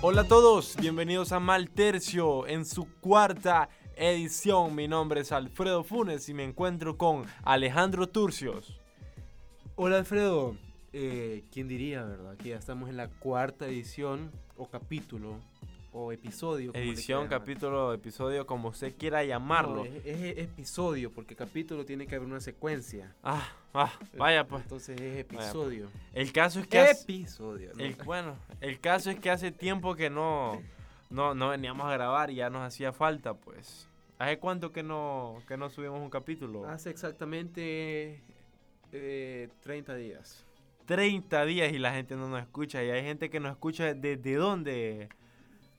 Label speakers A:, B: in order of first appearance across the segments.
A: Hola a todos, bienvenidos a Maltercio en su cuarta edición. Mi nombre es Alfredo Funes y me encuentro con Alejandro Turcios.
B: Hola Alfredo, Eh, ¿quién diría, verdad? Que ya estamos en la cuarta edición o capítulo o episodio. como le
A: Edición,
B: quieran.
A: capítulo, episodio, como usted quiera
B: No,
A: llamarlo.
B: es, es episodio, porque capítulo tiene que haber una secuencia.
A: Ah, ah,
B: Eh,
A: vaya pues.
B: Entonces es
A: pues.
B: episodio.
A: El caso es que hace-
B: episodio? ¿no?
A: el- bueno, el caso es que hace tiempo que no, no, no veníamos a grabar y ya nos hacía falta, pues. ¿Hace cuánto que no, que no subimos un capítulo?
B: Hace exactamente eh, 30 días.
A: 30 días y la gente no nos escucha. Y hay gente que nos escucha desde dónde?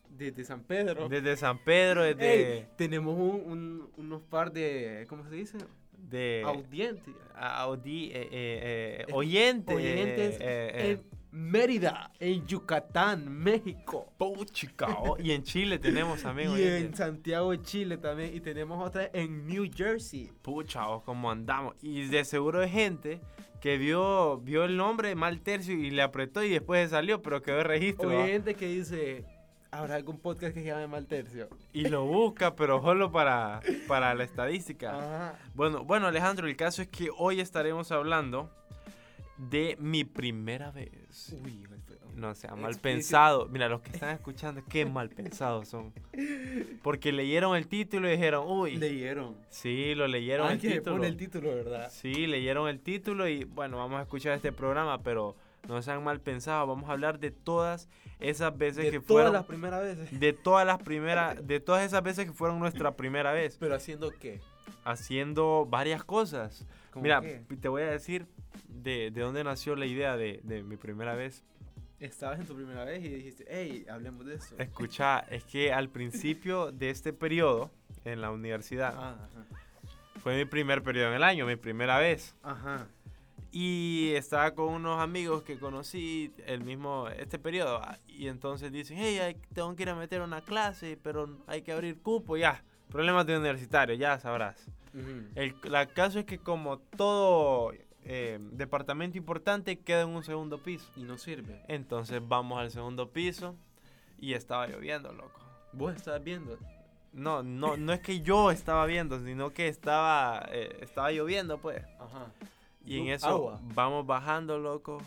B: Desde San Pedro.
A: Desde San Pedro, desde.
B: Ey, tenemos un- un- unos par de, ¿cómo se dice?
A: de
B: Audientes.
A: audi- eh, eh, eh, oyente,
B: oyentes
A: eh, eh,
B: en Mérida, en Yucatán, México.
A: Puchicao. y en Chile tenemos
B: Y
A: también
B: en
A: oyentes.
B: Santiago de Chile también. Y tenemos otra en New Jersey.
A: Pucha, oh, cómo andamos. Y de seguro hay gente que vio, vio el nombre mal tercio y le apretó y después se salió, pero quedó en registro.
B: Oye,
A: ¿va?
B: gente que dice, ¿habrá algún podcast que se llame Maltercio?
A: Y lo busca, pero solo para, para la estadística.
B: Ajá.
A: Bueno, bueno, Alejandro, el caso es que hoy estaremos hablando de mi primera vez.
B: Uy, Alfredo.
A: No sea mal
B: Explique.
A: pensado. Mira, los que están escuchando, qué mal pensados son. Porque leyeron el título y dijeron, uy.
B: Leyeron.
A: sí, lo leyeron
B: Ay,
A: el
B: que le
A: título.
B: pone el título, ¿verdad?
A: sí, leyeron el título y bueno, vamos a escuchar este programa, pero no sean mal pensados. Vamos a hablar de todas esas veces
B: De
A: que
B: todas
A: fueron.
B: las primeras veces.
A: De todas las primeras. De todas esas veces que fueron nuestra primera vez.
B: ¿Pero haciendo qué?
A: Haciendo varias cosas.
B: ¿Cómo
A: Mira,
B: qué?
A: te voy a decir de, de dónde nació la idea de, de mi primera vez.
B: Estabas en tu primera vez y dijiste, hey, hablemos de eso.
A: Escucha, es que al principio de este periodo en la universidad
B: Ah, ajá.
A: fue mi primer periodo en el año, mi primera vez.
B: Ajá.
A: Y estaba con unos amigos que conocí el mismo, este periodo. ah, Y entonces dicen, hey, hay- tengo que ir a meter una clase, pero hay que abrir cupo, ya. Problemas de universitario, ya sabrás.
B: Ujú.
A: El la caso es que como todo eh, departamento importante queda en un segundo piso.
B: Y no sirve.
A: Entonces vamos al segundo piso y estaba lloviendo, loco.
B: Vos estabas viendo.
A: No, no, no es que yo estaba viendo, sino que estaba, eh, estaba lloviendo, pues.
B: Ajá.
A: Y en
B: Du-
A: eso
B: agua.
A: vamos bajando, loco.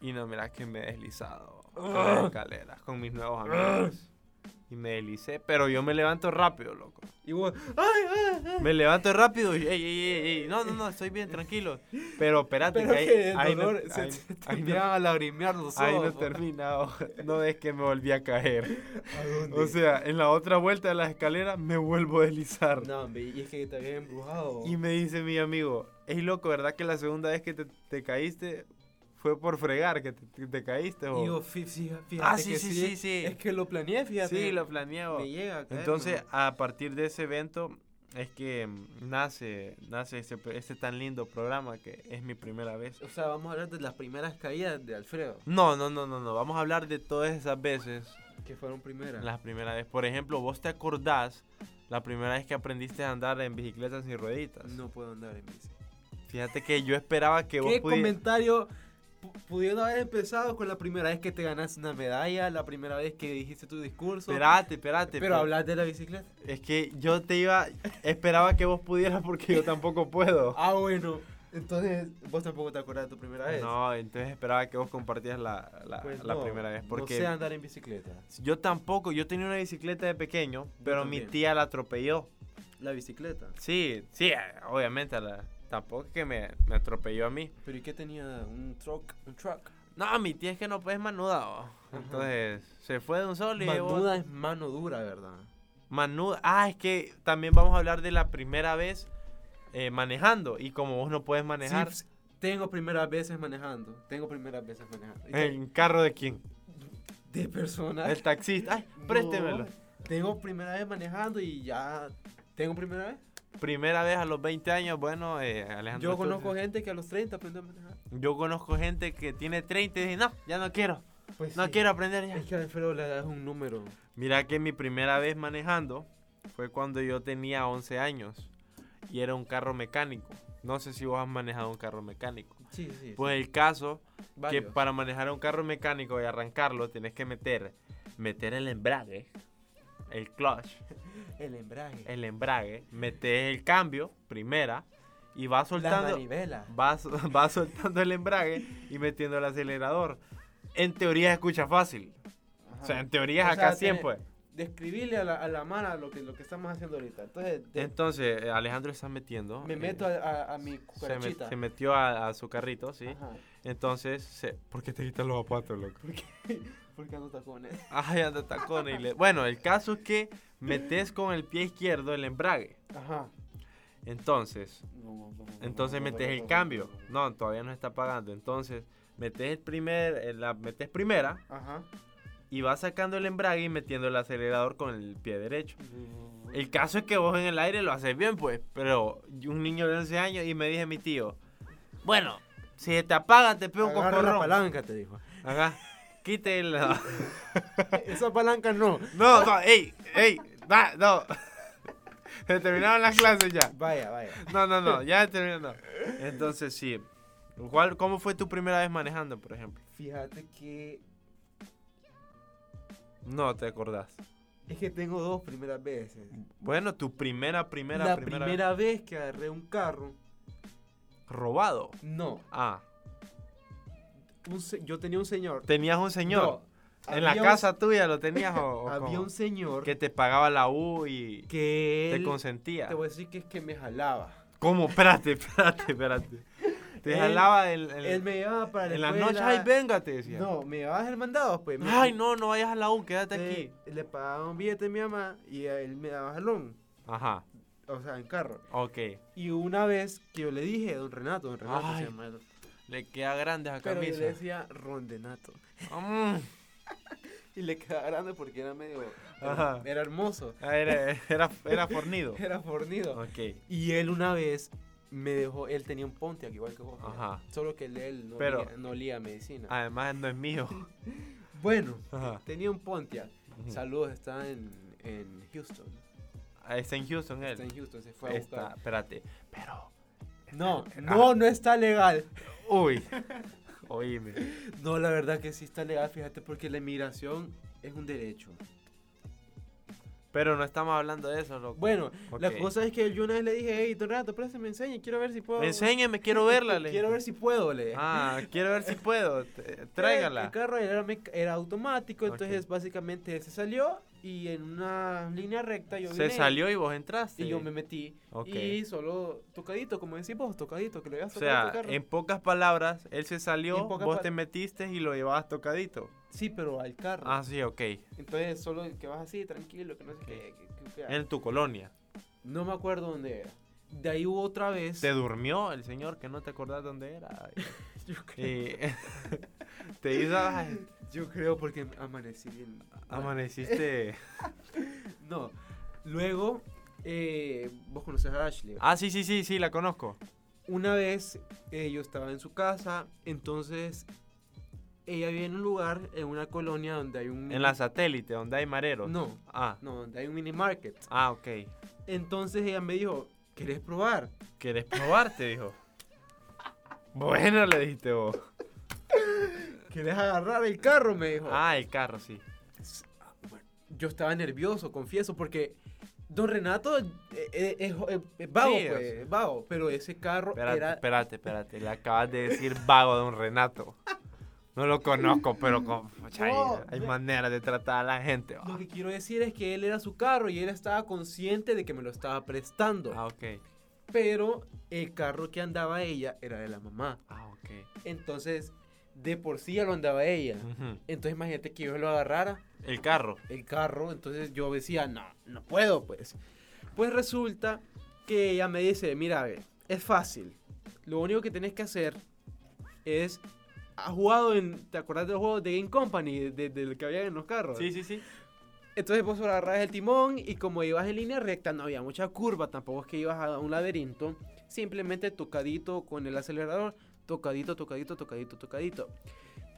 A: Y no, mira que me he deslizado por
B: Ah.
A: las escaleras con mis nuevos amigos. Y me deslicé, pero yo me levanto rápido, loco.
B: Y vos, ay, ay, ay.
A: Me levanto rápido y, ey, ey, ey, ey, no, no, no, estoy bien, tranquilo. Pero espérate,
B: Pero
A: ahí-
B: que el
A: ahí no-
B: dolor se
A: ahí-
B: se te
A: ahí no-
B: empiezan a lagrimear los
A: ahí no he
B: ojos.
A: terminado. No es que me volví a caer.
B: ¿A dónde?
A: O sea, en la otra vuelta de las escaleras me vuelvo a deslizar.
B: No, hombre, y es que te habías embrujado.
A: Y me dice mi amigo, es loco, ¿verdad que la segunda vez que te, te caíste fue por fregar que te, que te caíste? o-".
B: Y yo, fí- fí- fíjate
A: Ah, sí,
B: que
A: sí, sí, sí.
B: Es que lo planeé, fíjate.
A: sí, lo planeo.
B: Me llega a caer,
A: Entonces,
B: ¿no?
A: a partir de ese evento es que mm, nace, nace este, pro- este tan lindo programa que es mi primera vez.
B: O sea, vamos a hablar de las primeras caídas de Alfredo.
A: No, no, no, no, no, vamos a hablar de todas esas veces,
B: Que fueron primeras.
A: las primeras veces. Por ejemplo, vos te acordás la primera vez que aprendiste a andar en bicicletas sin rueditas.
B: No puedo andar en bici.
A: Fíjate que yo esperaba que vos
B: ¿Qué
A: pudieras...
B: comentario? pu- Pudiendo haber empezado con la primera vez que te ganaste una medalla, la primera vez que dijiste tu discurso.
A: Esperate, esperate.
B: pero
A: pe-
B: hablas de la bicicleta.
A: Es que yo te iba, esperaba que vos pudieras porque yo tampoco puedo.
B: Ah, bueno. Entonces, vos tampoco te acordás de tu primera vez.
A: No, entonces esperaba que vos compartieras la, la-
B: Pues
A: la
B: no,
A: primera vez. Porque
B: No sé andar en bicicleta.
A: yo tampoco, yo tenía una bicicleta de pequeño, pero mi
B: también.
A: tía la atropelló.
B: La bicicleta.
A: Sí, sí, eh, obviamente, la- tampoco es que me, me atropelló a mí.
B: Pero ¿y qué tenía? ¿Un truck? ¿Un truck?
A: No, mi tía es que no pues, es manuda. oh. Entonces, se fue de un solo y llegó-
B: Manuda es mano dura, ¿verdad?
A: Manuda. Ah, es que también vamos a hablar de la primera vez eh, manejando. Y como vos no puedes manejar,
B: Sí, tengo primeras veces manejando. Tengo primeras veces manejando. Y
A: ¿en carro de quién?
B: De personas.
A: El taxista. Ay,
B: No,
A: préstemelo.
B: Tengo primera vez manejando y ya. ¿Tengo primera vez?
A: Primera vez a los 20 años, bueno, eh, Alejandro.
B: Yo conozco
A: Turcios.
B: gente que a los 30 aprendió a manejar.
A: Yo conozco gente que tiene 30 y dice, no, ya no quiero.
B: Pues
A: No
B: sí.
A: quiero aprender ya.
B: Es que a Alfredo le das un número.
A: Mira que mi primera vez manejando fue cuando yo tenía 11 años y era un carro mecánico. No sé si vos has manejado un carro mecánico.
B: Sí, sí. sí.
A: Pues el caso que
B: Varios.
A: para manejar un carro mecánico y arrancarlo tenés que meter meter el embrague, el clutch,
B: El embrague.
A: el embrague, meter el cambio, primera, y va
B: La
A: soltando,
B: manivela.
A: va, so- va soltando el embrague y metiendo el acelerador. En teoría se escucha fácil.
B: Ajá.
A: O sea, en teoría es
B: O sea,
A: acá
B: tiene-
A: siempre.
B: Describirle a la, a la mano lo que, lo que estamos haciendo ahorita. Entonces, de-
A: Entonces, eh, Alejandro está metiendo.
B: me
A: eh,
B: meto a, a- a mi
A: se, met-
B: cucarachita.
A: se metió a, a su carrito, ¿sí?
B: Ajá.
A: Entonces, se, ¿por qué te quitas los zapatos, loco?
B: Porque ando tacones.
A: Ay, anda tacones. y le- Bueno, el caso es que metes con el pie izquierdo el embrague.
B: Ajá.
A: Entonces, entonces metes el cambio. No, todavía no está pagando. Entonces, metes el primer, eh, la metes primera
B: Ajá.
A: y vas sacando el embrague y metiendo el acelerador con el pie derecho. El caso es que vos en el aire lo haces bien, pues. Pero yo, un niño de 11 años y me dije mi tío, bueno, si se te apaga te pego un
B: Agarra la
A: coscorrón.
B: palanca, te dijo.
A: Ajá. Quítela.
B: Esa palanca no.
A: No, no, ey, ey, va, no. Se terminaron las clases ya.
B: Vaya, vaya.
A: No, no, no, ya terminaron. no. Entonces, sí. ¿Cuál, ¿Cómo fue tu primera vez manejando, por ejemplo?
B: Fíjate que
A: No te acordás.
B: es que tengo dos primeras veces.
A: Bueno, tu primera, primera,
B: la
A: primera,
B: primera, vez que agarré un carro,
A: robado.
B: no.
A: Ah,
B: Un se- yo tenía un señor.
A: tenías un señor.
B: No,
A: en la
B: había un-
A: casa tuya lo tenías o, o
B: había
A: cómo?
B: un señor
A: que
B: que,
A: te pagaba la U y te
B: él-
A: consentía.
B: te voy a decir que es que me jalaba.
A: ¿Cómo? Espérate, espérate, espérate. Te
B: Él-
A: jalaba el, el-
B: Él me llevaba para la
A: en las
B: escuela.
A: noches. Ay, venga, te decía.
B: No, me llevabas el mandado, pues. me- Eh.
A: Ay, no, no vayas a la U, quédate
B: le-
A: aquí.
B: Le pagaba un billete a mi mamá y a él me daba jalón.
A: Ajá,
B: O sea, en carro.
A: ok.
B: Y una vez que yo le dije, don Renato, don Renato
A: Ay,
B: se llama. él.
A: Le queda grande a
B: Pero yo
A: camisa.
B: le decía rondenato.
A: Mm,
B: Y le quedaba grande porque era medio.
A: Ajá.
B: Era hermoso.
A: ah, Era, era, era fornido.
B: Era fornido.
A: Ok.
B: Y él una vez me dejó. Él tenía un Pontiac igual que vos. ¿no?
A: Ajá.
B: Solo que el de él no,
A: Pero- Ah.
B: olía, no olía a medicina.
A: Además, no es mío.
B: Bueno,
A: Ajá.
B: tenía un Pontiac.
A: Ujú.
B: Saludos, está en, en Houston.
A: Ah, Está en Houston
B: Está
A: él.
B: en Houston, se fue a buscar.
A: Está, espérate. Pero,
B: No,
A: Ah.
B: no, no está legal.
A: uy. Oíme.
B: No, la verdad que sí está legal, fíjate, porque la inmigración es un derecho.
A: Pero no estamos hablando de eso, loco.
B: Bueno, la
A: Ok.
B: cosa es que yo una vez le dije, hey, Don Renato, préstame, enseñe, quiero ver si puedo.
A: Enséñeme, quiero verla. le
B: Quiero ver Eh, si puedo, le. dije.
A: Ah, quiero ver si puedo. T-
B: El
A: Tráigala.
B: carro era, meca- era automático,
A: Ok.
B: entonces básicamente él se salió y en una línea recta yo
A: Se
B: vine
A: salió y vos entraste.
B: y yo me metí.
A: Ok.
B: Y solo tocadito, como decís vos, tocadito, que lo
A: O
B: habías tocado a
A: sea, em
B: tu carro.
A: en pocas palabras, él se
B: En
A: salió,
B: pocas
A: vos
B: pa-
A: te metiste y lo llevabas tocadito.
B: Sí, pero al carro.
A: Ah, sí, ok.
B: Entonces solo que vas así, tranquilo, que no sé qué. que- que- que-
A: En tu colonia.
B: No me acuerdo dónde era. De ahí hubo otra vez.
A: Te durmió el señor que no te acordás dónde era.
B: Yo creo,
A: Y te hizo... ay,
B: yo creo porque amanecí bien.
A: Ah, Amaneciste...
B: No. Luego, eh, vos conoces a Ashley.
A: Ah, sí, sí, sí, sí, la conozco.
B: Una vez eh, yo estaba en su casa, entonces ella vive en un lugar, en una colonia donde hay un. mini-
A: En la satélite, donde hay mareros.
B: No,
A: Ah,
B: no, donde hay un mini market.
A: ah, ok.
B: Entonces ella me dijo, ¿querés probar?
A: ¿Querés probarte? Dijo. Bueno, le dijiste vos.
B: ¿Querés agarrar el carro? Me dijo.
A: Ah, el carro, sí.
B: Yo estaba nervioso, confieso, porque Don Renato eh, eh, es, jo- eh, es vago,
A: Sí, o
B: pues,
A: sea.
B: es vago, pero ese carro
A: Espérate,
B: era...
A: espérate, espérate. Le acabas de decir vago de un Renato. No lo conozco, pero con- pucha, hay-
B: No,
A: hay
B: ve-
A: maneras de tratar a la gente. va.
B: Lo que quiero decir es que él era su carro y él estaba consciente de que me lo estaba prestando,
A: Ah, ok.
B: pero el carro que andaba ella era de la mamá,
A: Ah, ok.
B: entonces de por sí ya lo andaba ella.
A: Ujú.
B: Entonces imagínate que yo lo agarrara,
A: El carro.
B: el carro, entonces yo decía, no, no puedo, pues. Pues resulta que ella me dice, mira, ve, es fácil. Lo único que tenés que hacer es... ¿Has jugado en... ¿Te acordás de los juegos de Game Company? De, de lo que había en los carros.
A: Sí, sí, sí.
B: Entonces vos solo agarrabas el timón y como ibas en línea recta, no había mucha curva, tampoco es que ibas a un laberinto. Simplemente tocadito con el acelerador, tocadito, tocadito, tocadito, tocadito.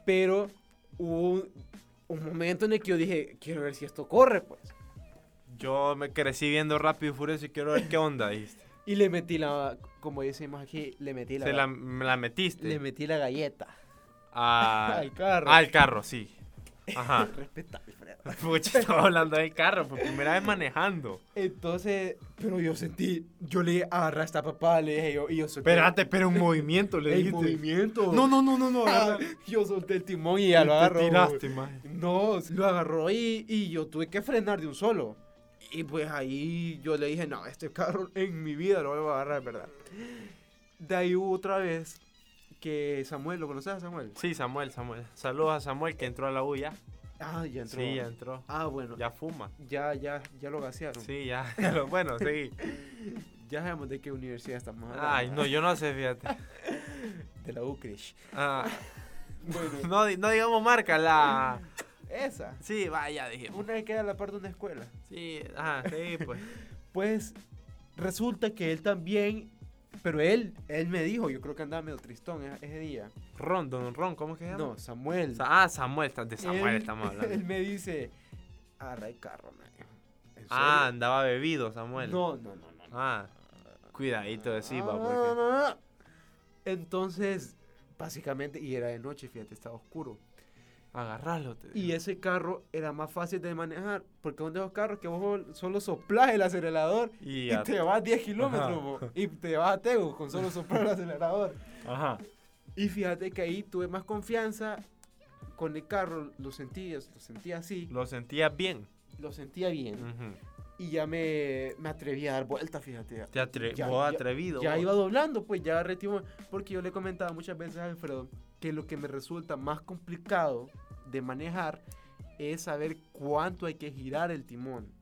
B: Pero hubo un, un momento en el que yo dije, quiero ver si esto corre, pues.
A: Yo me crecí viendo Rápido y Furioso y quiero ver qué onda, dijiste.
B: Y le metí la, como decimos aquí, le metí la,
A: Se la, me la metiste.
B: le metí la galleta
A: a-
B: al carro.
A: al carro, sí. Ajá.
B: Respeta, Alfredo.
A: Pucha, estaba hablando del carro, por primera vez manejando.
B: Entonces, pero yo sentí, yo le agarré a esta papá, le dije yo, y yo solté.
A: Espérate, pero un movimiento le
B: el
A: dijiste.
B: movimiento.
A: No, no, no, no, no.
B: Ah,
A: agarra-
B: Yo solté el timón y ya lo
A: te
B: agarró.
A: tiraste, maje.
B: No, lo agarró y, y yo tuve que frenar de un solo. Y pues ahí yo le dije, no, este carro en mi vida lo voy a agarrar, ¿verdad? De ahí hubo otra vez que Samuel, ¿lo conoces a Samuel?
A: Sí, Samuel, Samuel. Saludos a Samuel que entró a la U ya.
B: Ah, ya entró.
A: Sí, ya entró.
B: Ah, bueno, ya,
A: Ya fuma.
B: ya, ya, lo gasearon.
A: Sí, ya. ya lo- Bueno, sí.
B: Ya sabemos de qué universidad estamos hablando.
A: Ay, no, yo no sé, fíjate.
B: De la UCRISH.
A: Ah,
B: Bueno,
A: no, di- no digamos marca, la.
B: esa.
A: Sí, vaya, dijimos.
B: Una que queda a la par de una escuela.
A: Sí, ajá, sí, pues.
B: Pues resulta que él también, pero él, él me dijo, yo creo que andaba medio tristón e- ese día.
A: Ron, don Ron, ¿cómo es que se llama?
B: No, Samuel.
A: Sa- Ah, Samuel, ta- de Samuel
B: Él-
A: estamos
B: Él
A: hablando.
B: me dice, agarra el carro, man. ¿En serio?
A: Ah, andaba bebido, Samuel.
B: no, no, no, no. no.
A: Ah, cuidadito de sí, va,
B: No,
A: porque.
B: Ah, no, no, no. Entonces, básicamente, y era de noche, fíjate, estaba oscuro.
A: Agarralo, te
B: Y
A: digo.
B: ese carro era más fácil de manejar, porque son de esos carros que vos solo soplás el acelerador
A: Y
B: y,
A: ya-
B: te vas 10 kilómetros, bo, y te vas a Tegu con solo soplar el acelerador.
A: Ajá.
B: Y fíjate que ahí tuve más confianza con el carro, lo sentí, lo sentí así,
A: Lo sentías bien.
B: lo sentía bien.
A: Ujú.
B: Y ya me, me atreví a dar vueltas, fíjate.
A: Te atre-
B: Ya-
A: vos
B: ya-
A: atrevido.
B: Ya
A: vos.
B: iba doblando, pues ya retimo. Porque yo le comentaba muchas veces a Alfredo que lo que me resulta más complicado de manejar es saber cuánto hay que girar el timón.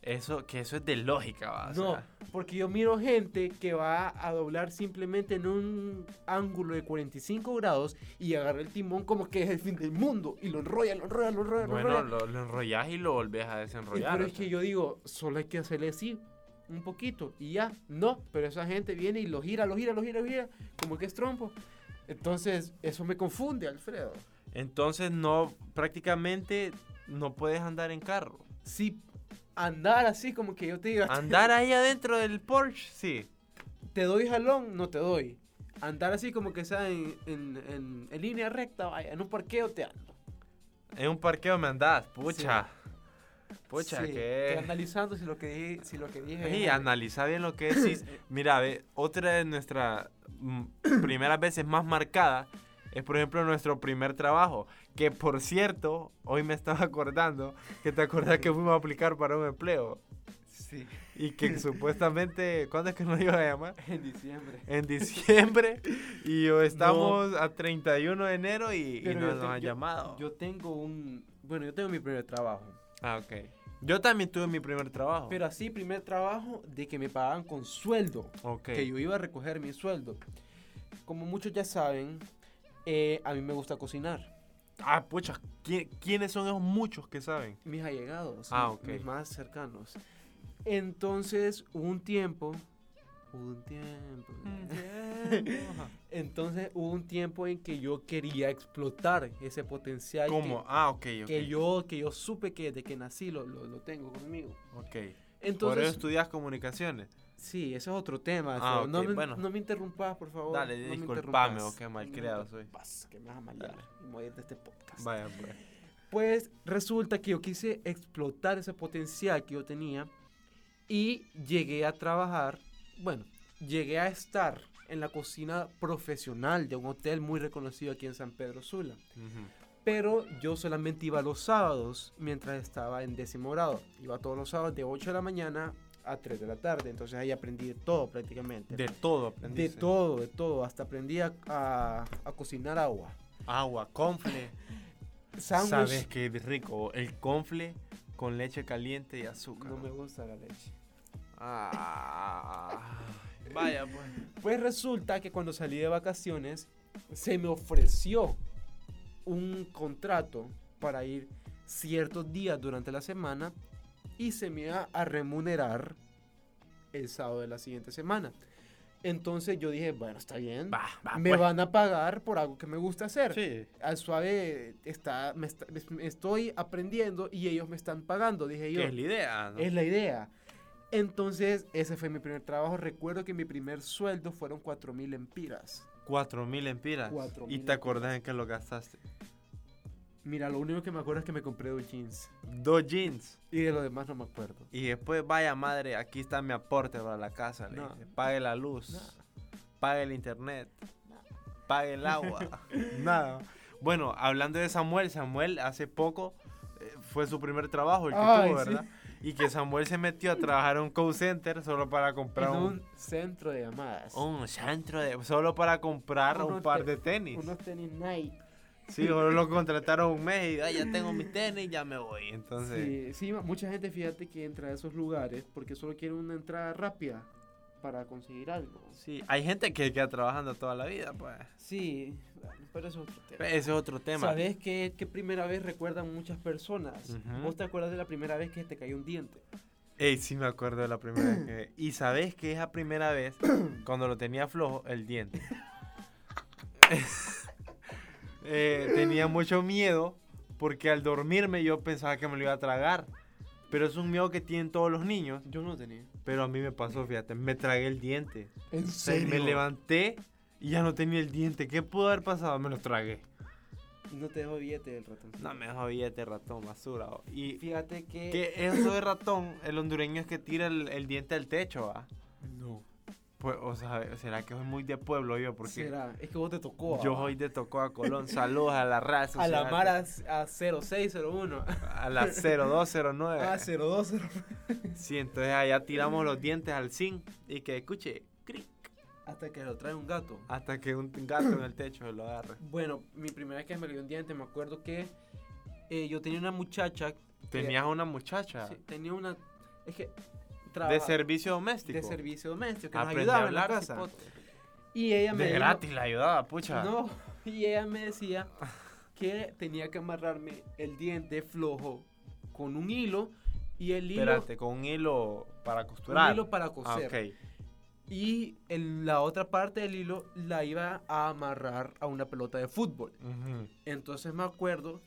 A: Eso, que eso es de lógica, va. o
B: No,
A: sea.
B: porque yo miro gente que va a doblar simplemente en un ángulo de 45 grados y agarra el timón como que es el fin del mundo y lo enrolla, lo enrolla, lo enrolla, lo
A: Bueno,
B: enrolla.
A: lo, lo enrollás y lo volvés a
B: Y
A: desenrollar.
B: pero
A: o
B: es que
A: sea.
B: yo digo, solo hay que hacerle así, un poquito, y ya. No, pero esa gente viene y lo gira, lo gira, lo gira, lo gira, como que es trompo. Entonces, eso me confunde, Alfredo.
A: Entonces no, prácticamente no puedes andar en carro.
B: Si andar así, como que yo te diga,
A: Andar ahí adentro del Porsche, sí.
B: te doy jalón, no te doy. Andar así como que sea en, en- en- en línea recta, vaya, en un parqueo te ando.
A: En un parqueo me andás, pucha. Pucha,
B: Sí, estoy
A: que...
B: analizando si lo que dije, si lo que dije
A: Y
B: es-
A: analiza bien lo que decís. Mira, ve, otra de nuestras mm, primeras veces más marcadas es, por ejemplo, nuestro primer trabajo. Que, por cierto, hoy me estaba acordando que te acordás que fuimos a aplicar para un empleo.
B: Sí,
A: Y que supuestamente, ¿cuándo es que nos iba a llamar?
B: en diciembre.
A: En diciembre. Y o estamos a 31 de enero y, y no
B: Pero yo
A: nos
B: te-
A: han
B: yo-
A: llamado.
B: Yo tengo un, bueno, yo tengo mi primer trabajo.
A: Ah, ok. Yo también tuve mi primer trabajo.
B: Pero así, primer trabajo de que me pagaban con sueldo,
A: ok.
B: que yo iba a recoger mi sueldo. Como muchos ya saben, eh, a mí me gusta cocinar.
A: Ah, pucha, ¿quién- ¿quiénes son esos muchos que saben?
B: Mis allegados,
A: Ah,
B: mis-
A: ok.
B: mis más cercanos. Entonces, hubo un tiempo, hubo un tiempo.
A: Mm.
B: Entonces, hubo un tiempo en que yo quería explotar ese potencial que-
A: ¿Cómo? Ah, ok, ok.
B: que, yo, que yo supe que desde que nací lo, lo- lo tengo conmigo.
A: Ok. Por eso
B: Entonces,
A: estudias comunicaciones.
B: Sí, ese es otro tema.
A: Ah,
B: Alfredo. no,
A: ok,
B: me,
A: bueno.
B: no me interrumpas, por favor.
A: Dale,
B: no me
A: disculpame,
B: interrumpas.
A: oh, qué malcriado
B: No me
A: soy.
B: interrumpas, que me vas a malcriar y morir de este podcast.
A: Vaya, pues.
B: Pues resulta que yo quise explotar ese potencial que yo tenía y llegué a trabajar, bueno, llegué a estar en la cocina profesional de un hotel muy reconocido aquí en San Pedro Sula.
A: Ujú.
B: Pero yo solamente iba los sábados mientras estaba en décimo grado. Iba todos los sábados de 8 de la mañana a 3 de la tarde. Entonces ahí aprendí de todo prácticamente.
A: De todo
B: De
A: aprendiste.
B: todo, de todo. Hasta aprendí a, a- a cocinar agua.
A: Agua, confle. Sabes
B: Sándwich.
A: que es rico. El confle con leche caliente y azúcar.
B: No me gusta la leche.
A: Ah, vaya, pues.
B: Pues resulta que cuando salí de vacaciones se me ofreció un contrato para ir ciertos días durante la semana y se me iba a remunerar el sábado de la siguiente semana. Entonces yo dije, bueno, está bien.
A: Va, va,
B: me
A: pues.
B: van a pagar por algo que me gusta hacer.
A: Sí.
B: Al suave está, me está- me estoy aprendiendo y ellos me están pagando, dije yo.
A: Que es la idea, ¿no?
B: Es la idea. Entonces, ese fue mi primer trabajo. Recuerdo que mi primer sueldo fueron 4.000 empiras.
A: Cuatro mil empiras.
B: Cuatro
A: y
B: mil
A: te acordás en qué lo gastaste.
B: Mira, lo único que me acuerdo es que me compré dos jeans.
A: Dos jeans.
B: Y de lo demás no me acuerdo.
A: Y después, vaya madre, aquí está mi aporte para la casa. Le
B: No.
A: dice. Pague la luz. Pague el internet. Pague el agua. Nada. Bueno, hablando de Samuel, Samuel hace poco eh, fue su primer trabajo, el que
B: Ay,
A: tuvo,
B: sí.
A: ¿verdad? Y que Samuel se metió a trabajar en un call center solo para
B: En
A: comprar un,
B: un centro de llamadas.
A: un centro de. Solo para comprar
B: Unos
A: un par
B: te-
A: de tenis.
B: Unos tenis Nike.
A: Sí, solo lo contrataron un mes y "Ay, ya tengo mis tenis, ya me voy. Entonces.
B: Sí, sí, ma- mucha gente fíjate que entra a esos lugares porque solo quiere una entrada rápida para conseguir algo.
A: Sí, hay gente que queda trabajando toda la vida, pues.
B: Sí, bueno, pero eso es otro tema.
A: Ese es otro tema.
B: ¿Sabes qué, qué primera vez recuerdan muchas personas?
A: Ujú.
B: ¿Vos te acuerdas de la primera vez que te cayó un diente?
A: Ey, sí me acuerdo de la primera vez que... Y sabes que esa primera vez, cuando lo tenía flojo, el diente. Eh, tenía mucho miedo porque al dormirme yo pensaba que me lo iba a tragar. Pero es un miedo que tienen todos los niños.
B: Yo no tenía.
A: Pero a mí me pasó, fíjate, me tragué el diente.
B: ¿En
A: O sea, me levanté y ya no tenía el diente. ¿Qué pudo haber pasado? Me lo tragué.
B: No te dejo billete del ratón.
A: No me jodí este ratón, basura. oh. Y
B: Fíjate que...
A: Que eso de ratón, el hondureño es que tira el, el diente al techo, ¿va?
B: No.
A: Pues, o sea, ¿será que soy muy de pueblo yo? Porque
B: Será, es que vos te tocó.
A: yo
B: ah.
A: soy de Tocoa Colón. Saludos a la raza.
B: A la
A: será-
B: Mara a 0601.
A: A la 0209.
B: A 020.
A: Sí, entonces allá tiramos los dientes al zinc y que escuche, cric,
B: Hasta que lo trae un gato.
A: hasta que un gato en el techo lo agarre.
B: Bueno, mi primera vez que me cayó un diente, me acuerdo que eh, yo tenía una muchacha. que-
A: Tenías una muchacha
B: sí, tenía una. Es
A: Ah.
B: que.
A: de
B: trabaja-
A: servicio doméstico.
B: de servicio doméstico. Que nos
A: Aprendí
B: ayudaba
A: a
B: en la
A: hablar,
B: casa.
A: cipote.
B: Y ella me.
A: De
B: dijo-
A: gratis la ayudaba, pucha.
B: No, y ella me decía que tenía que amarrarme el diente flojo con un hilo y el hilo.
A: Espérate, con un hilo para costurar.
B: un hilo para
A: ah,
B: coser.
A: ok.
B: Y en la otra parte del hilo la iba a amarrar a una pelota de fútbol.
A: Ujú.
B: Entonces me acuerdo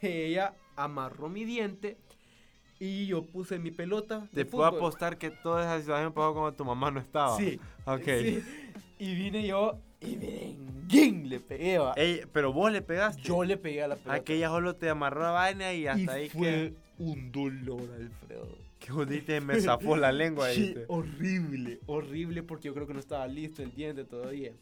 B: que ella amarró mi diente y yo puse mi pelota.
A: Te
B: de
A: puedo
B: fútbol.
A: apostar que toda esa situación pasó cuando tu mamá no estaba.
B: Sí.
A: Ok.
B: sí. Y vine yo y merenguín le pegué. va.
A: Ey, pero vos le pegaste.
B: Yo le pegué a la pelota.
A: Aquella solo te amarró la vaina y hasta
B: y
A: ahí
B: fue un dolor, Alfredo.
A: que. Que jodiste, me zafó la lengua
B: Sí,
A: ahí.
B: horrible, horrible porque yo creo que no estaba listo el diente todavía.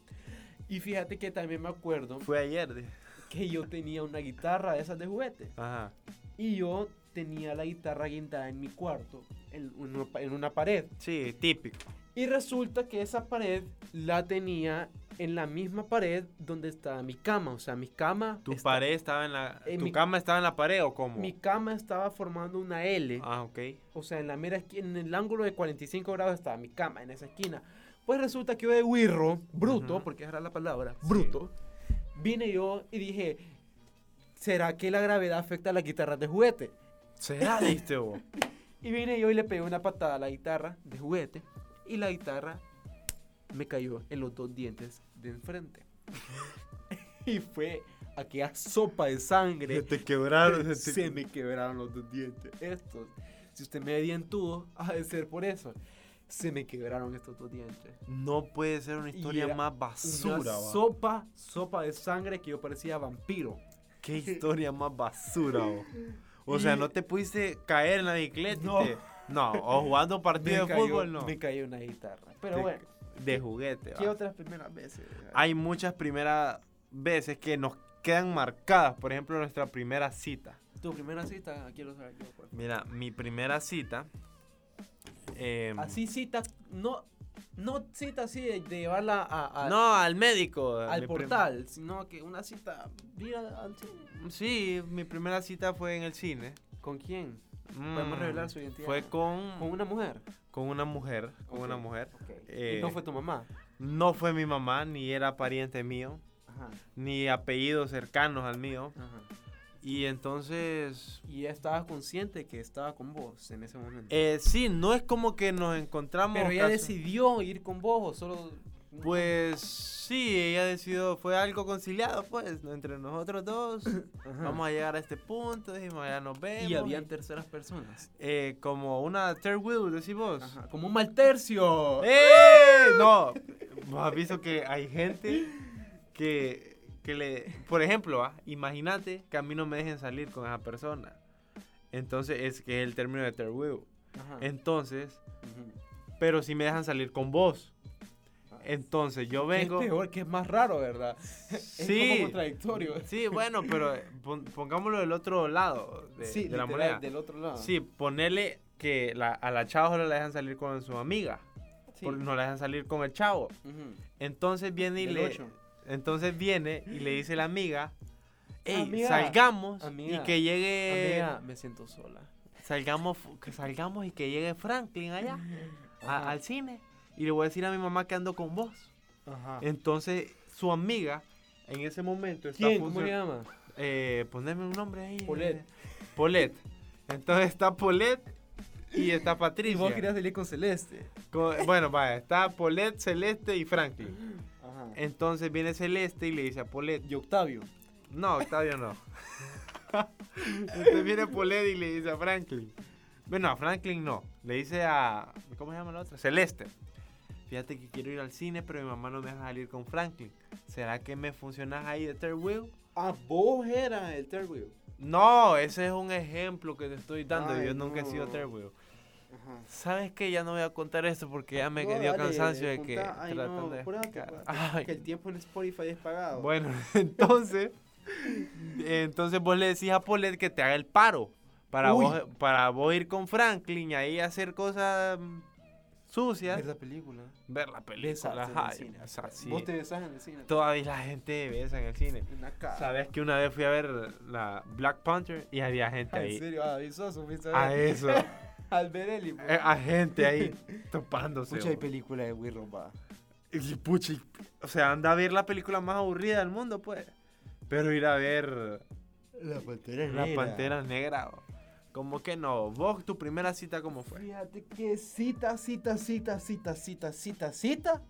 B: Y fíjate que también me acuerdo
A: Fue ayer. de-
B: que yo tenía una guitarra de esas de juguete.
A: Ajá.
B: Y yo tenía la guitarra guindada en mi cuarto, en una, pa- en una pared.
A: Sí, típico.
B: Y resulta que esa pared la tenía en la misma pared donde estaba mi cama. O sea, mi cama.
A: Tu
B: esta-
A: pared estaba en la.
B: Eh,
A: tu
B: mi-
A: cama estaba en la pared o cómo?
B: Mi cama estaba formando una L.
A: Ah, ok.
B: O sea, en la mera esqui- en el ángulo de 45 grados estaba mi cama, en esa esquina. Pues resulta que yo de wirro, bruto,
A: Ujú.
B: porque esa era la palabra,
A: Sí.
B: bruto, vine yo y dije, ¿será que la gravedad afecta a las guitarras de juguete?
A: ¿Será diste vos?
B: Y vine yo y le pegué una patada a la guitarra de juguete y la guitarra me cayó en los dos dientes de enfrente. y fue aquella sopa de sangre.
A: te quebraron.
B: Eh,
A: se te-
B: Se me quebraron los dos dientes. Estos. Si usted me dientudo, ha de ser por eso. Se me quebraron estos dos dientes.
A: No puede ser una historia
B: era
A: más
B: Una
A: basura, va.
B: sopa, sopa de sangre que yo parecía vampiro.
A: Qué historia más basura, vos. O sea,
B: Y-
A: no te pudiste caer en la bicicleta. y
B: No.
A: te- No, o jugando un partido de
B: cayó-
A: fútbol, no.
B: Me cayó una guitarra. Pero
A: Te-
B: bueno,
A: De juguete, va.
B: ¿qué otras primeras veces?
A: Hay muchas primeras veces que nos quedan marcadas. Por ejemplo, nuestra primera cita.
B: Tu primera cita, quiero saber pues. qué fue.
A: Mira, mi primera cita. em,
B: Así cita, no, no cita así de, de llevarla a, a-
A: No, al médico.
B: al
A: mi prim-
B: portal, sino que una cita, mira, así.
A: Sí, mi primera cita fue en el cine.
B: ¿Con quién?
A: Mm,
B: revelar su identidad?
A: Fue con,
B: ¿Con
A: con,
B: una mujer?
A: una mujer. Con
B: Ok.
A: una mujer.
B: Y
A: Eh,
B: no fue tu mamá.
A: No fue mi mamá, ni era pariente mío,
B: Ajá,
A: ni apellidos cercanos al mío.
B: ajá.
A: Y entonces,
B: Y ella estaba consciente que estaba con vos en ese momento.
A: eh, sí, no es como que nos encontramos.
B: Pero ella
A: casi-
B: decidió ir con vos o solo.
A: Pues sí, ella decidió, fue algo conciliado, pues, ¿no? entre nosotros dos.
B: Ajá.
A: Vamos a llegar a este punto, dijimos, ya nos vemos.
B: y habían terceras personas.
A: Eh, como una third wheel, decimos.
B: Ajá, Como un mal tercio.
A: ¡Eh! No, ¿no has visto que hay gente que, que le, por ejemplo, ah, imagínate que a mí no me dejen salir con esa persona. Entonces, es que es el término de third wheel.
B: Ajá.
A: Entonces,
B: Ujú.
A: pero si me dejan salir con vos. Entonces, yo
B: Que
A: vengo.
B: Es peor, que es más raro, ¿verdad? Es como
A: Sí.
B: contradictorio.
A: Sí, bueno, pero eh, pon- pongámoslo del otro lado de,
B: sí,
A: de la
B: literal,
A: moneda.
B: del otro lado.
A: Sí, ponele que la- a la chava solo la dejan salir con su amiga.
B: Sí.
A: porque no la dejan salir con el chavo.
B: Ujú.
A: Entonces viene y
B: Del
A: le,
B: ocho.
A: entonces viene y le dice la amiga, hey,
B: Amiga,
A: salgamos
B: amiga,
A: y que llegue,
B: Amiga, me siento sola.
A: salgamos, fu- que salgamos y que llegue Franklin allá a-
B: Ajá.
A: al cine y le voy a decir a mi mamá que ando con vos.
B: Ajá.
A: Entonces su amiga en ese momento está
B: ¿Quién? ¿Cómo
A: funcion-
B: le llama?
A: eh, ponerme un nombre ahí.
B: Polet.
A: Polet. Entonces está Polet y está
B: Y
A: Patricia.
B: vos querías salir con Celeste.
A: Co- Bueno, vaya, está Polet, Celeste y Franklin.
B: Ajá.
A: Entonces viene Celeste y le dice a Polet,
B: Y Octavio.
A: no, Octavio no. Entonces viene Polet y le dice a Franklin. Bueno, a Franklin no. Le dice a, ¿cómo se llama la otra? Celeste. Fíjate que quiero ir al cine, pero mi mamá no me deja salir con Franklin. ¿Será que me funcionas ahí de third wheel?
B: Ah, vos eras el third wheel.
A: No, ese es un ejemplo que te estoy dando.
B: Ay,
A: yo nunca he sido
B: no.
A: third wheel.
B: Ajá.
A: ¿Sabes qué? Ya no voy a contar esto porque ya me
B: No,
A: dio
B: dale,
A: cansancio de
B: contá.
A: que
B: Ay, no,
A: tratan de
B: apúrate,
A: explicar.
B: apúrate,
A: Ay.
B: Que el tiempo en Spotify es pagado.
A: Bueno, entonces, entonces vos le decís a Polet que te haga el paro para
B: Uy.
A: vos, para vos ir con Franklin y ahí hacer cosas mm, sucias,
B: Es la película.
A: ver la película,
B: Besarse en
A: ajá,
B: el cine.
A: o sea, sí.
B: Vos te besás en el cine.
A: todavía la gente besa en el cine.
B: En la cara.
A: Sabes que una vez fui a ver la Black Panther y había gente
B: Ah, En
A: ahí.
B: serio, ah, avisoso, fuiste a
A: A
B: ver.
A: eso,
B: Al Berelli. pues.
A: eh, a gente ahí topándose.
B: Pucha, hay
A: vos.
B: película de Wii rombada.
A: Y pucha, y- o sea, anda a ver la película más aburrida del mundo, pues. Pero ir a ver
B: La pantera
A: La Pantera Negra. o- Como que no. Vos, tu primera cita, ¿cómo fue?
B: Fíjate que cita, cita, cita, cita, cita, cita, cita.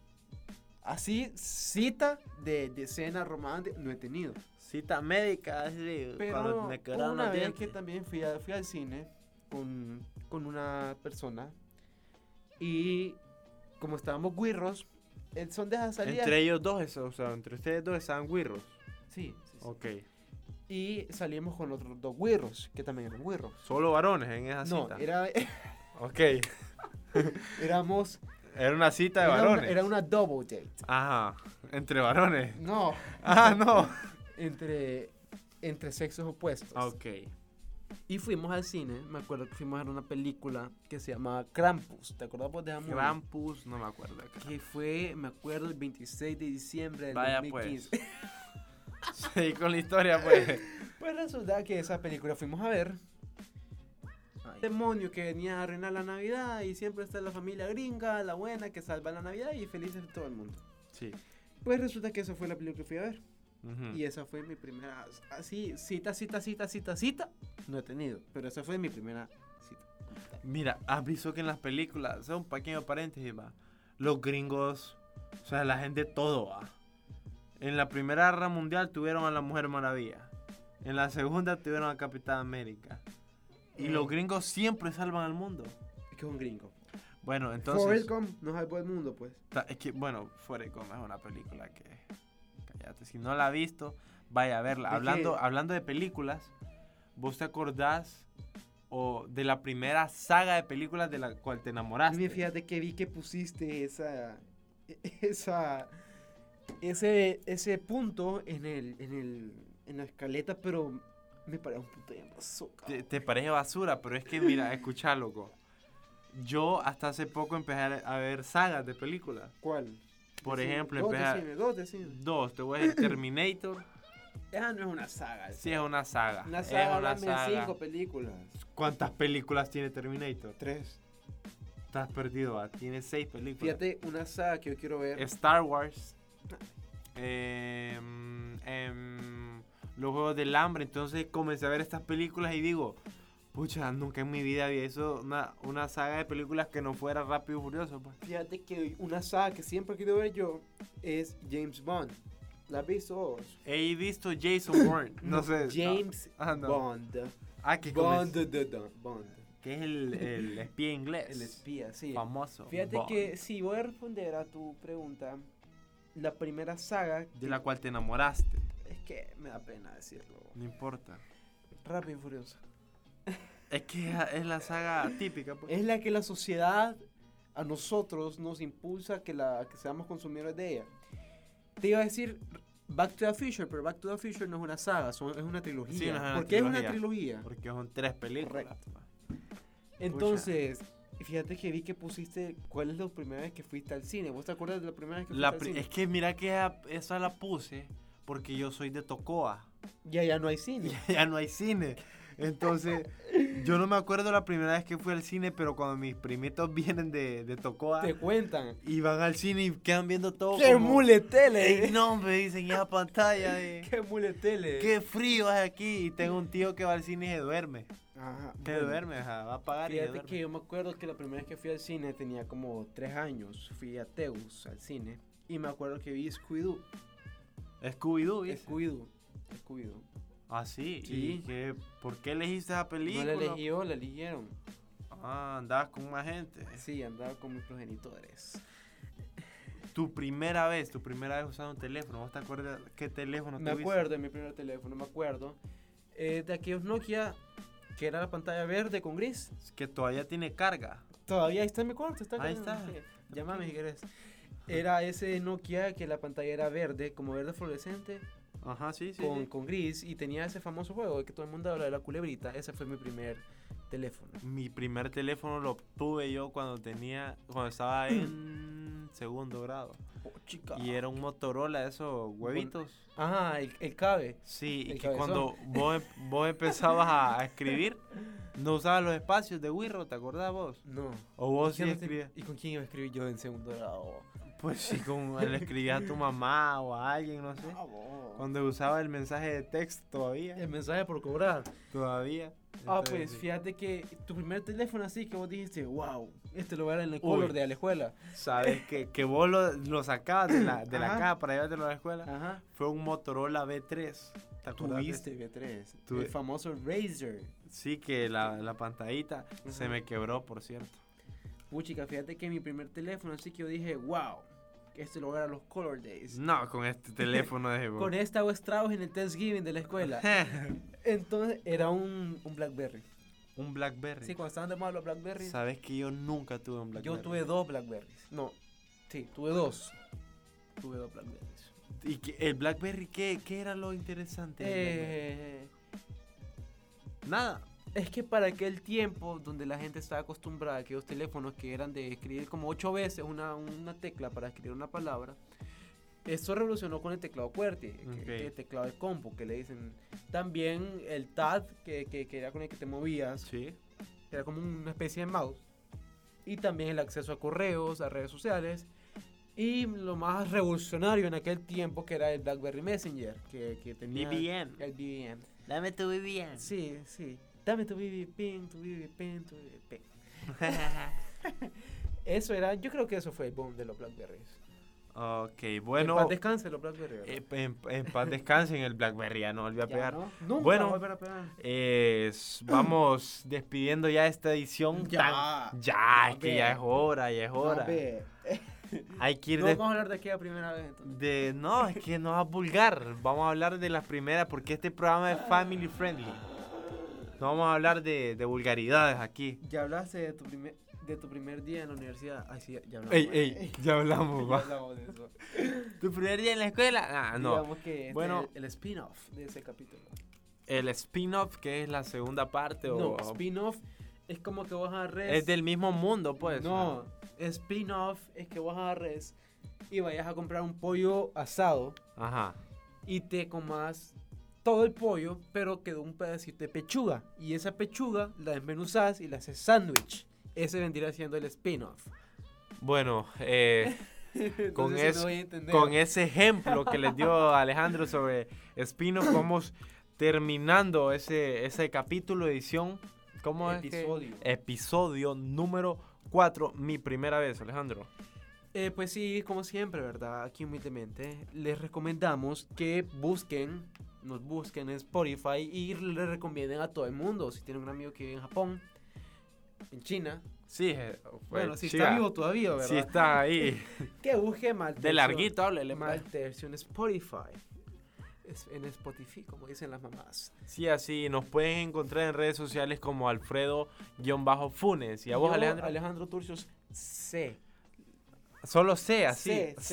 B: Así, cita de, de escena romántica no he tenido.
A: Cita médica, así,
B: Pero
A: cuando me quedaron
B: una
A: los
B: vez
A: dientes.
B: que también fui, a- fui al cine con, con una persona y como estábamos guirros, el son de esa salida.
A: Entre ellos dos, eso, o sea, entre ustedes dos estaban guirros.
B: Sí, sí, sí.
A: Ok.
B: Y salimos con otros dos guirros, que también eran guirros.
A: Solo varones en esa
B: No,
A: cita.
B: era,
A: Ok.
B: éramos.
A: Era una cita de
B: era una-
A: varones.
B: era una double date.
A: Ajá. Entre varones.
B: No,
A: Ah, no.
B: entre, entre sexos opuestos.
A: Ah, Ok.
B: Y fuimos al cine, me acuerdo que fuimos a ver una película que se llamaba Krampus. ¿Te acordás vos de esa movie?
A: Krampus, no me acuerdo. acá.
B: Que fue, me acuerdo, el 26 de diciembre del
A: Vaya
B: 2015.
A: pues. Seguí con la historia, pues.
B: Pues resulta que esa película fuimos a ver. Demonio que venía a arruinar la Navidad y siempre está la familia gringa, la buena, que salva la Navidad y felices todo el mundo.
A: Sí.
B: Pues resulta que esa fue la película que fui a ver.
A: Ujú.
B: Y esa fue mi primera, así, cita, cita, cita, cita, cita. No he tenido, pero esa fue mi primera cita.
A: Mira, has visto que en las películas, o sea, un pequeño paréntesis, va. Los gringos, o sea, la gente todo va. En la Primera Guerra Mundial tuvieron a la Mujer Maravilla. En la Segunda tuvieron a Capitán América. Y
B: Eh.
A: los gringos siempre salvan al mundo.
B: Es que es un gringo.
A: Bueno, entonces.
B: Forrest Gump nos salvó el mundo, pues.
A: ta- es que, bueno, Forrest Gump es una película que. Cállate, si no la has visto, vaya a verla.
B: ¿De
A: Hablando,
B: qué?
A: hablando de películas, ¿vos te acordás o, de la primera saga de películas de la cual te enamoraste?
B: Mira, fíjate que vi que pusiste esa, esa, ese, ese punto en el, en el, en la escaleta, pero me parece un puto de bazooka.
A: Te, te parece basura, pero es que mira, escucha, loco. Yo hasta hace poco empecé a ver sagas de películas.
B: ¿Cuál?
A: Por
B: Decime,
A: ejemplo,
B: dos
A: empecé a-
B: decime, dos decime.
A: dos, te voy a decir Terminator.
B: Esa no es una saga.
A: Sí, es una saga.
B: Una
A: es
B: saga,
A: una
B: hablame de
A: saga.
B: cinco películas.
A: ¿Cuántas películas tiene Terminator?
B: Tres.
A: Estás perdido, va. tiene seis películas.
B: Fíjate, una saga que yo quiero ver.
A: Star Wars. em, em, los Juegos del Hambre. Entonces comencé a ver estas películas y digo, pucha, nunca en mi vida había hecho una, una saga de películas que no fuera Rápido y Furioso. pues".
B: Fíjate que una saga que siempre he querido ver yo es James Bond. ¿La has visto vos?
A: He visto Jason Bourne. No, sé. no.
B: James
A: Ah, no.
B: Bond.
A: Ah, que
B: Bond,
A: comen-
B: da, da, Bond.
A: Que es el, el espía inglés.
B: El espía, sí.
A: Famoso.
B: Fíjate
A: Bond,
B: que si voy a responder a tu pregunta, la primera saga
A: De la cual te enamoraste.
B: Es que me da pena decirlo.
A: No importa.
B: Rápido y Furiosa.
A: Es que es la saga típica. pues.
B: Es la que la sociedad a nosotros nos impulsa a que, la, a que seamos consumidores de ella. Te iba a decir Back to the Future, pero Back to the Future no es una saga, son- es una trilogía.
A: Sí, no es una
B: ¿Por qué es una
A: trilogía.
B: trilogía?
A: Porque son tres películas.
B: Correcto.
A: pa.
B: Entonces, fíjate que vi que pusiste, ¿cuál es la primera vez que fuiste al cine? ¿Vos te acuerdas de la primera vez que fuiste
A: La
B: al
A: pri-
B: cine?
A: es que mira que esa- esa la puse porque yo soy de Tocoa.
B: Ya, ya no hay cine.
A: ya no hay cine. Entonces, yo no me acuerdo la primera vez que fui al cine, pero cuando mis primitos vienen de, de Tocoa
B: Te cuentan.
A: y van al cine y quedan viendo todo.
B: ¡Qué
A: como, "Ey,
B: muletele! eh.
A: No, me dicen, ya pantalla. eh,
B: ¡Qué muletele!
A: Qué frío es aquí. Y tengo un tío que va al cine y se duerme.
B: Ajá,
A: Se
B: bueno.
A: duerme, ajá, va a pagar y se
B: Fíjate
A: duerme.
B: que yo me acuerdo que la primera vez que fui al cine tenía como tres años. Fui a Teus al cine y me acuerdo que vi Scooby-Doo.
A: Scooby-Doo, ¿viste?
B: Scooby-Doo. Scooby-Doo.
A: Ah, sí.
B: Sí.
A: ¿Y qué- por qué elegiste esa
B: No
A: película?
B: la elegí yo, la eligieron.
A: Ah, andabas con más gente.
B: Sí, andaba con mis progenitores.
A: Tu primera vez, tu primera vez usando un teléfono. ¿Vos te acuerdas qué teléfono
B: me
A: tuviste?
B: acuerdo de mi primer teléfono, me acuerdo. eh, de aquellos Nokia que era la pantalla verde con gris.
A: Que todavía tiene carga.
B: Todavía está en mi cuarto, está acá
A: Ahí
B: en-
A: está.
B: sí. Llámame si querés. Era ese Nokia que la pantalla era verde, como verde fluorescente.
A: Ajá, sí, sí.
B: con,
A: sí.
B: con Gris y tenía ese famoso juego que todo el mundo habla de la culebrita. Ese fue mi primer teléfono.
A: Mi primer teléfono lo obtuve yo cuando tenía, cuando estaba en segundo grado.
B: Oh, chica.
A: Y era un Motorola, de esos huevitos.
B: Ajá, el, el cabe.
A: Sí, y
B: El
A: que
B: cabezón.
A: cuando vos, em- vos empezabas a, a escribir, no usabas los espacios de Wirro, ¿te acordás vos?
B: No.
A: O vos sí
B: Yo no sé-
A: escribías.
B: ¿Y con quién iba a escribir yo en segundo grado?
A: Pues sí, como le escribías a tu mamá o a alguien, no sé. Cuando usaba el mensaje de texto todavía.
B: Ah, El mensaje por cobrar.
A: Todavía.
B: Ah,
A: Entonces,
B: Em, pues
A: sí.
B: fíjate que tu primer teléfono así que vos dijiste, wow, este lo voy a dar en el
A: Uy.
B: color de Alejuela.
A: Sabes que, que vos lo, lo sacabas de la, de la
B: Ajá.
A: caja para llevártelo a la escuela.
B: Ajá.
A: Fue un Motorola B3. ¿Te acordás? de
B: Tuviste B3.
A: Tuve.
B: El famoso Razer.
A: ese? Sí, que la, la pantallita se
B: Ajá.
A: me quebró, por cierto.
B: Puchica, fíjate que mi primer teléfono así que yo dije, wow, este lo voy a dar a los Color Days.
A: No, con este teléfono de
B: Con esta o estragos en el Thanksgiving de la escuela. Entonces era un, un Blackberry.
A: un Blackberry.
B: Sí, cuando estaban de moda los Blackberries.
A: Sabes que yo nunca tuve un Blackberry.
B: Yo tuve dos Blackberries. No, sí, tuve dos. Tuve dos Blackberries.
A: ¿Y que- el Blackberry qué, qué era lo interesante? del Blackberry?
B: Eh,
A: Nada.
B: es que para aquel tiempo donde la gente estaba acostumbrada a aquellos teléfonos que eran de escribir como ocho veces una, una tecla para escribir una palabra, eso revolucionó con el teclado QWERTY, que-
A: Ok.
B: que el teclado de combo que le dicen. También el TAD, que, que, que era con el que te movías.
A: Sí.
B: era como una especie de mouse. Y también el acceso a correos, a redes sociales. Y lo más revolucionario en aquel tiempo que era el BlackBerry Messenger, que, que
A: E
B: tenía... El BBM.
A: Dame tu BBM.
B: Sí, sí. Dame tu BBM, tu BBM, tu BBM. Eso era, yo creo que eso fue el boom de los BlackBerries.
A: ok,
B: En
A: bueno.
B: paz descanse los BlackBerry. ¿verdad?
A: eh, En, en paz descansen el Blackberry, ya no volví a
B: Ya,
A: pegar.
B: ¿no? Nunca
A: Bueno.
B: va a volver a pegar.
A: Eh, s- vamos despidiendo ya esta edición.
B: Ya.
A: tan- ya,
B: No,
A: es que ya
B: ve.
A: es hora, ya es hora.
B: Hombre,
A: Hay que ir
B: No
A: de,
B: vamos a hablar de aquella primera vez entonces.
A: de- No, es que no va a vulgar. Vamos a hablar de las primeras porque este programa es family friendly. No vamos a hablar de, de vulgaridades aquí.
B: Ya hablaste de tu primer, de tu primer día en la universidad. Ay, sí, ya hablamos.
A: Ey, ey, ya hablamos,
B: Ya
A: va.
B: hablamos de eso.
A: ¿Tu primer día en la escuela? Ah, no.
B: Digamos que este
A: Bueno.
B: es el, el spin-off de ese capítulo.
A: El spin-off, que es la segunda parte, o,
B: No,
A: o-
B: spin-off es como que vos agarres.
A: es del mismo mundo, pues.
B: No, spin-off es que vos agarres y vayas a comprar un pollo asado
A: Ajá.
B: y te comas todo el pollo, pero quedó un pedacito de pechuga. Y esa pechuga la desmenuzás y la haces sándwich. Ese vendría siendo el spin-off.
A: Bueno, eh.
B: Entonces,
A: Con
B: no
A: es-
B: voy a entender.
A: con ese ejemplo que les dio Alejandro sobre Espino, vamos terminando ese, ese capítulo, edición. ¿Cómo
B: Episodio.
A: es? que- Episodio número 4, mi primera vez, Alejandro.
B: Eh, pues sí, como siempre, ¿verdad? Aquí humildemente les recomendamos que busquen, nos busquen en Spotify y le recomienden a todo el mundo. Si tienen un amigo que vive en Japón, en China,
A: Sí, eh, pues,
B: bueno, si
A: chica,
B: está vivo todavía, ¿verdad?
A: sí está ahí.
B: Que busque Maltercio.
A: De larguito, háblele. pues.
B: Maltercio en Spotify. es- en Spotify, como dicen las mamás.
A: Sí, así. Nos pueden encontrar en redes sociales como Alfredo-Funes. Y a vos,
B: Yo,
A: Alejandro.
B: Alejandro Turcios, C.
A: Solo C, así.
B: C, C.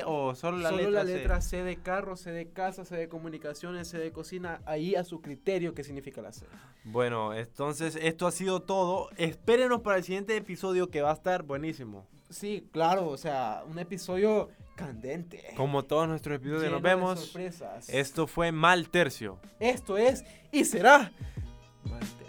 A: CE o solo la
B: Solo
A: letra
B: la
A: C?
B: letra C de carro, C de casa, C de comunicaciones, C de cocina, ahí a su criterio qué significa la C.
A: Bueno, entonces esto ha sido todo. Espérenos para el siguiente episodio que va a estar buenísimo.
B: Sí, claro, o sea, un episodio candente.
A: Como todos nuestros episodios,
B: lleno
A: nos
B: de
A: vemos.
B: sorpresas.
A: Esto fue Mal Tercio.
B: Esto es y será. Mal